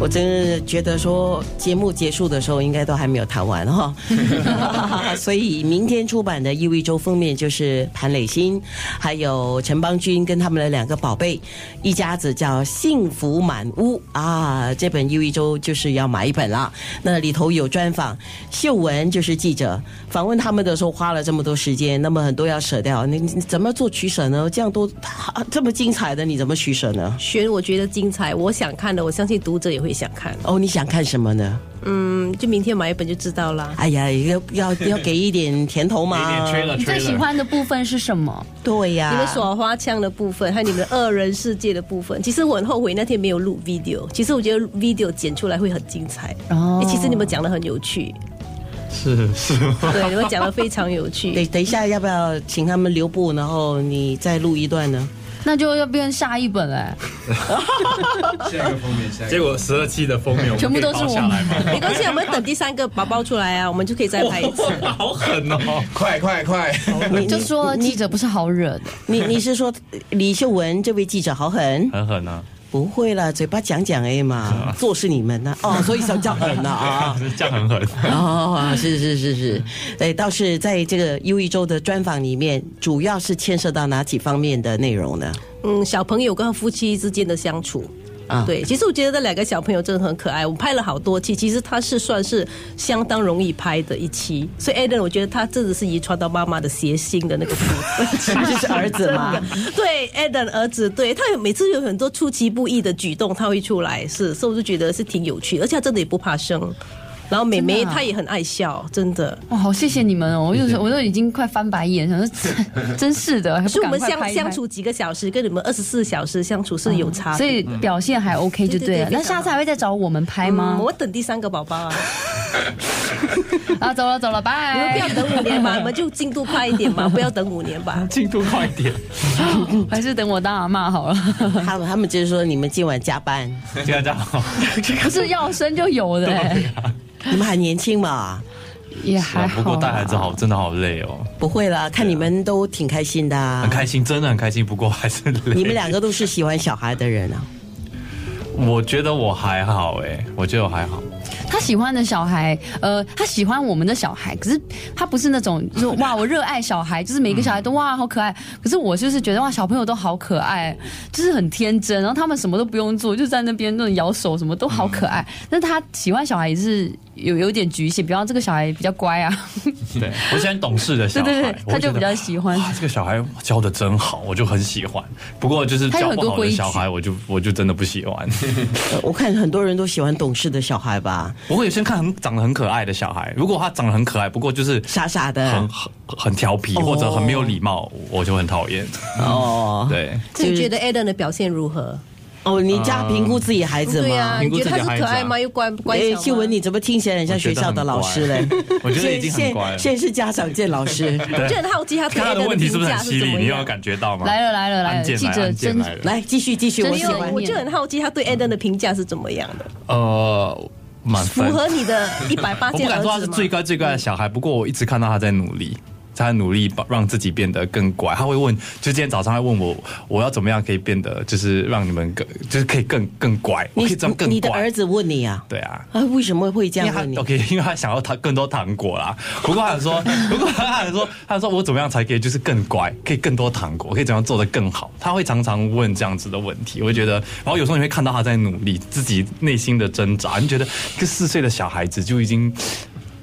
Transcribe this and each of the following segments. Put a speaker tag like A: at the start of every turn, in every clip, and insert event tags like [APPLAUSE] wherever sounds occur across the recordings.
A: 我真是觉得说节目结束的时候应该都还没有谈完哈、所以明天出版的《意味周》封面就是潘磊鑫，还有陈邦君跟他们的两个宝贝，一家子叫幸福满屋啊。这本《意味周》就是要买一本了，那里头有专访，秀文就是记者访问他们的时候花了这么多时间，那么很多要舍掉，你你怎么做取舍呢？这样多、啊这么精彩的你怎么取舍呢？
B: 选我觉得精彩，我想看的，我相信读者也会想看。
A: 哦，你想看什么呢？
B: 嗯，就明天买一本就知道啦。
A: 哎呀， [LAUGHS] 要要要给一点甜头嘛。
C: 你最喜欢的部分是什么？
A: 对
C: 啊
A: 呀、
B: 你们耍花枪的部分，还有你们二人世界的部分，其实我很后悔那天没有录 video。其实我觉得 video 剪出来会很精彩。
C: 哦
B: 诶其实你们讲的很有趣，
D: 是是吗，
B: 对，你们讲的非常有
A: 等
C: [LAUGHS]
B: 趣。
A: 等一下，要不要请他们留步，然后你再录一段 [LAUGHS] 呢？
C: 那就要变下一本嘞，
D: 结果十二期的封面
C: [LAUGHS] 全部都是我们。
B: 没关系，我们等第三个宝宝出来啊，我们就可以再拍一
C: [LAUGHS]
B: 次。
D: 哇，好狠哦！
E: 快快快！
A: 你
C: 就说记者不是好惹的，
A: 你你是说李秀文这位记者好 [LAUGHS] 狠？
D: 很狠啊，
A: 不会啦，嘴巴讲讲而已嘛，做 [LAUGHS] 是你们呐、 [LAUGHS] 哦，所以叫叫狠呐啊。 [LAUGHS]
D: 这样很狠。
A: 哦，是是是是，哎，倒是在这个优一周的专访里面，主要是牵涉到哪几方面的内容 [LAUGHS] 呢？
B: 嗯，小朋友跟夫妻之间的相处。
A: 啊
B: 对，其实我觉得那两个小朋友真的很可爱。我们拍了好多期，其实他是算是相当容易拍的一期，所以 Adam 我觉得他真的是遗传到妈妈的谐星的那个部分。
A: 这是儿子吗？
C: [LAUGHS]
B: 对 Adam 儿子，对他有每次有很多出其不意的举动，他会出来，是，所以我就觉得是挺有趣，而且他真的也不怕生。然后美眉
C: 真的啊
B: 她也很爱笑，真的。
C: 哇，好谢谢你们哦！我有时候我都已经快翻白眼，想 [LAUGHS] 说真是的，还不
B: 所以我
C: 赶
B: 们
C: 快
B: 相
C: 拍一拍嗯
B: 相处几个小时，跟你们二十四小时相处是有差别的。
C: 所以表现还 OK 就对了。
B: 对对对
C: 那下次还会再找我们拍
B: 嗯，
C: 吗？
B: 我等第三个宝宝啊。
C: [LAUGHS] 啊，走了走
B: 你们
C: 了，拜！
B: 不
D: 哎
B: 要等五
D: [LAUGHS]
B: 年吧，你们就进度快一点嘛，不要等五年吧。
D: 进度快点，
C: 还是等我当阿嬷好了。
A: 他们他们就是说你们今晚加班，
D: 这样这样好。
C: 不是要生就有的、欸，
A: 你们还年轻嘛，
C: 也还好、啊
D: 不过带孩子好，真的好累哦，
A: 不会啦，看你们都挺开心的、啊，
D: 很开心，真的很开心。不过还是累。
A: 你们两个都是喜欢小孩的人啊，
D: 我觉得我还好哎，我觉得我还
C: [LAUGHS]
D: 好。
C: 他喜欢的小孩，呃，他喜欢我们的小孩，可是他不是那种 [LAUGHS] 就是哇，我热爱小孩，就是每个小孩都哇好可爱。可是我就是觉得哇，小朋友都好可爱，就是很天真，然后他们什么都不用做，就在那边那种摇手什么都好可爱。
D: 嗯
C: 但他喜欢小孩也是有有点局限，比方这个小孩比较乖啊，
D: 对我喜欢懂事的小
C: 对
D: 孩，
C: 对对，
D: 我
C: 他就
D: 觉得
C: 比较喜欢。
D: 哇，这个小孩教的真好，我就很喜欢。不过就是
C: 他有
D: 教
C: 很
D: 不
C: 多
D: 好的
C: 规矩
D: 小孩，我就我就真的不喜欢。 [LAUGHS]
A: 呃我看很多人都喜欢懂事的小孩吧，
D: 不过有些人看很长得很可爱的小孩，如果他长得很可爱，不过就是
A: 傻傻
D: 很
A: 的
D: 很很调皮
A: 哦
D: 或者很没有礼貌，我就很讨厌。
A: 哦。
D: [LAUGHS] 对，
B: 那你觉得 Adam 的表现如何？
A: 哦，你家评估自己孩子
B: 对
A: 吗
B: 啊，？
D: 评
B: 你
D: 估
B: 觉得他
D: 自己的孩
B: 是
D: 子
B: 可
D: 啊
B: 爱吗？又乖乖
A: 哎，
B: 巧吗
A: 秀文，你怎么听起来很像学校的老师嘞？
D: 我觉得
A: 现
D: 已经
A: 现
D: 很乖了。
A: 现在是家长见老
D: [LAUGHS]
A: 师，
B: 我就很好奇他对
D: 看他
B: Adam
D: 的问题是
B: 评
D: 不是
B: 价
D: 很
B: 是
D: 犀
B: 怎
D: 利？
B: 么
D: 你有
B: 样？
D: 感觉到吗？
C: 来了来了来
D: 案
C: 了，
D: 件
C: 记
D: 来了，
C: 者
D: 案件
C: 真
D: 来了。
A: 来继续继续，
C: 真
A: 我
C: 是
A: 喜
C: 有
A: 欢
B: 我就很好奇他对
D: 嗯
B: Adam 的评价是怎么样的，
D: 呃，满
B: 符
D: 分。
B: 合你的一百八
D: [LAUGHS] 我
B: 件
D: 不敢说
B: 儿
D: 他
B: 子
D: 是
B: 吗？
D: 最乖最乖的小孩，不过我一直看到他在努力。他努力把让自己变得更乖，他会问，就今天早上他问我，我要怎么样可以变得，就是让你们更，就是可以更更乖，我可以这样更乖。
A: 你的儿子问你啊，
D: 对啊，
A: 啊，为什么会这
D: 因
A: 样
D: 为
A: 问你
D: 他？OK，因为他想要糖更多糖果啦。不过他想说， [LAUGHS] 不过他想说，他想说我怎么样才可以就是更乖，可以更多糖果，可以怎样做得更好？他会常常问这样子的问题，我会觉得，然后有时候你会看到他在努力，自己内心的挣扎，你觉得一个四岁的小孩子就已经。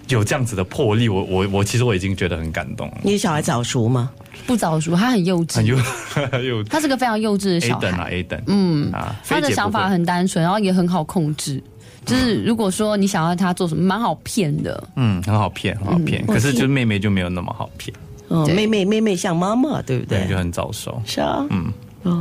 D: 有这样子的魄力，我我我其实我已经觉得很感动了， [LAUGHS]
A: 你的小孩早熟吗？
C: 不早熟，他很幼
D: 很
C: 稚，
D: 有有
C: 他是个非常幼稚的
D: A
C: 小
D: 等
C: 孩。
D: 啊 A 等，嗯啊，
C: 他的
D: 菲姐不会
C: 想法很单纯，然后也很好控制。就是如果说你想要他做什么，蛮好骗的。
D: 嗯很好骗，很好骗，可是就是妹妹就没有那么好骗，
A: 哦，
C: 对
A: 妹妹妹妹像妈妈，对不
D: 对，
A: 对
C: [LAUGHS]
D: 就？很早熟。
A: 是啊，嗯。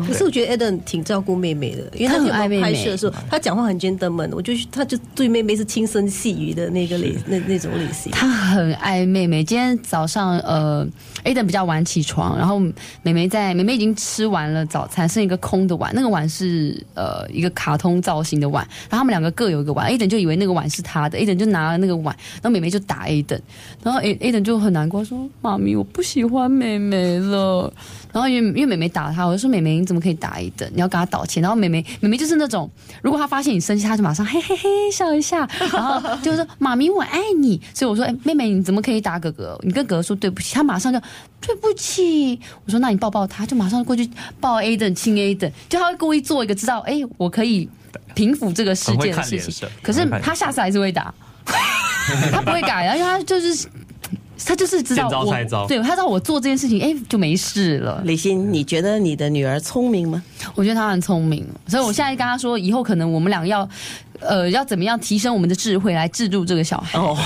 B: 可是我觉得 Eden 挺照顾妹妹的，因为
C: 他
B: 他
C: 很
B: 有
C: 爱妹妹
B: 拍摄的时候，他讲话很 gentleman，我就他就对妹妹是轻声细语的那个类那那种类型。
C: 他很爱妹妹。今天早上，呃，Aden 比较晚起床，然后妹妹在，妹妹已经吃完了早餐，剩一个空的碗，那个碗是呃一个卡通造型的碗，然后他们两个各有一个碗，Aden 就以为那个碗是他的，Aden 就拿了那个碗，然后妹妹就打 Aden，然后 A Aden 就很难过说：“妈咪，我不喜欢妹妹了。”然后因为因为妹妹打他，我就说：“妹妹，你怎么可以打 Aden？你要跟他道歉。”然后妹妹妹妹就是那种，如果她发现你生气，她就马上嘿嘿嘿笑一下，然后就说：“妈咪，我爱你。”所以我说：“哎、妹妹，你怎么可以打哥哥？你跟哥哥说对不起。”她马上就对不起。我说：“那你抱抱他。”就马上过去抱 Aden，亲 Aden，就她会故意做一个知道，哎、我可以平复这个事
D: 很会
C: 件的
D: 看
C: 事
D: 脸
C: 情
D: 色。
C: 可是
D: 很会看
C: 她下次还是会打。他不会改啊，因为他就是他就是知道
D: 见招
C: 我
D: 拆招
C: 对他知道我做这件事情，哎、就没事了。
A: 李欣，你觉得你的女儿聪明吗？
C: 我觉得他很聪明，所以我现在跟他说，以后可能我们两个要，呃，要怎么样提升我们的智慧来制住这个小孩。
A: 哦，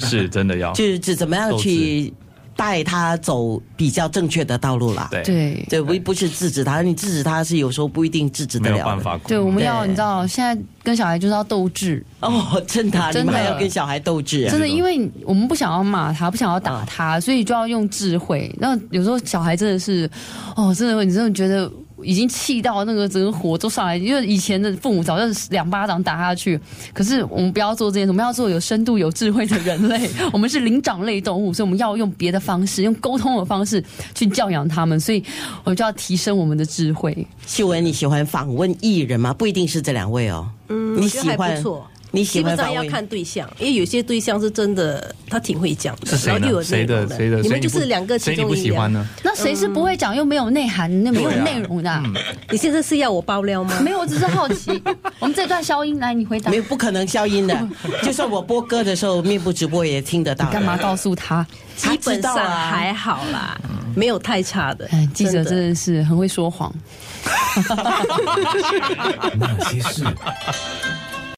D: 是真的要
A: 就是怎么样
D: 斗志
A: 去带她走比较正确的道路啦？
D: 对
C: 对
A: 对，不不是制止她，你制止她是有时候不一定制止得
D: 没
A: 了
D: 有
A: 的。
D: 办法。
C: 对，我们要
A: 对
C: 你知道，现在跟小孩就是要斗智，
A: 哦，真的啊、
B: [LAUGHS]
C: 真的
A: 你们还要跟小孩斗智、啊
C: 真。的，因为我们不想要骂他，不想要打他，所以就要用智慧。那有时候小孩真的是，哦，真的，你真的觉得已经气到那个整个火都上来，因为以前的父母早就两巴掌打下去。可是我们不要做这件事，我们要做有深度、有智慧的人类。 [LAUGHS] 我们是灵长类动物，所以我们要用别的方式，用沟通的方式去教养他们。所以我们就要提升我们的智慧。
A: 秀文，你喜欢访问艺人吗？不一定是这两位哦。嗯你
B: 我觉
A: 喜
B: 得还
A: 欢
B: 不错。
A: 你
B: 基
A: 喜
B: 本
A: 欢
B: 上
A: 访
B: 要
A: 问？
B: 看对象，因为有些对象是真的，他挺会讲的，
D: 是谁
B: 然后又
D: 呢？
B: 有内
D: 谁
B: 容
D: 的谁的？
B: 你
D: 谁
B: 们就
D: 不
B: 是两个其
D: 谁你
B: 中
D: 不
B: 一
D: 喜欢
B: 两。
D: 呢？
C: 那谁是不会讲又没有内涵、那没有
D: 对啊
C: 内容的啊、
B: 你现在是要我爆料吗？
C: 没有，我只是好 [LAUGHS] 奇。我们这段消音，来你回答
A: 没。有不可能消音
B: [LAUGHS]
A: 的，就算我播歌的时候面部直播也听得到。
C: 干嘛？告诉他？
B: 基本上
A: 他知道啊
B: 还好啦，没有太差的
C: 哎，。记者
B: 的
C: 真的是很会说谎。
E: 那些事。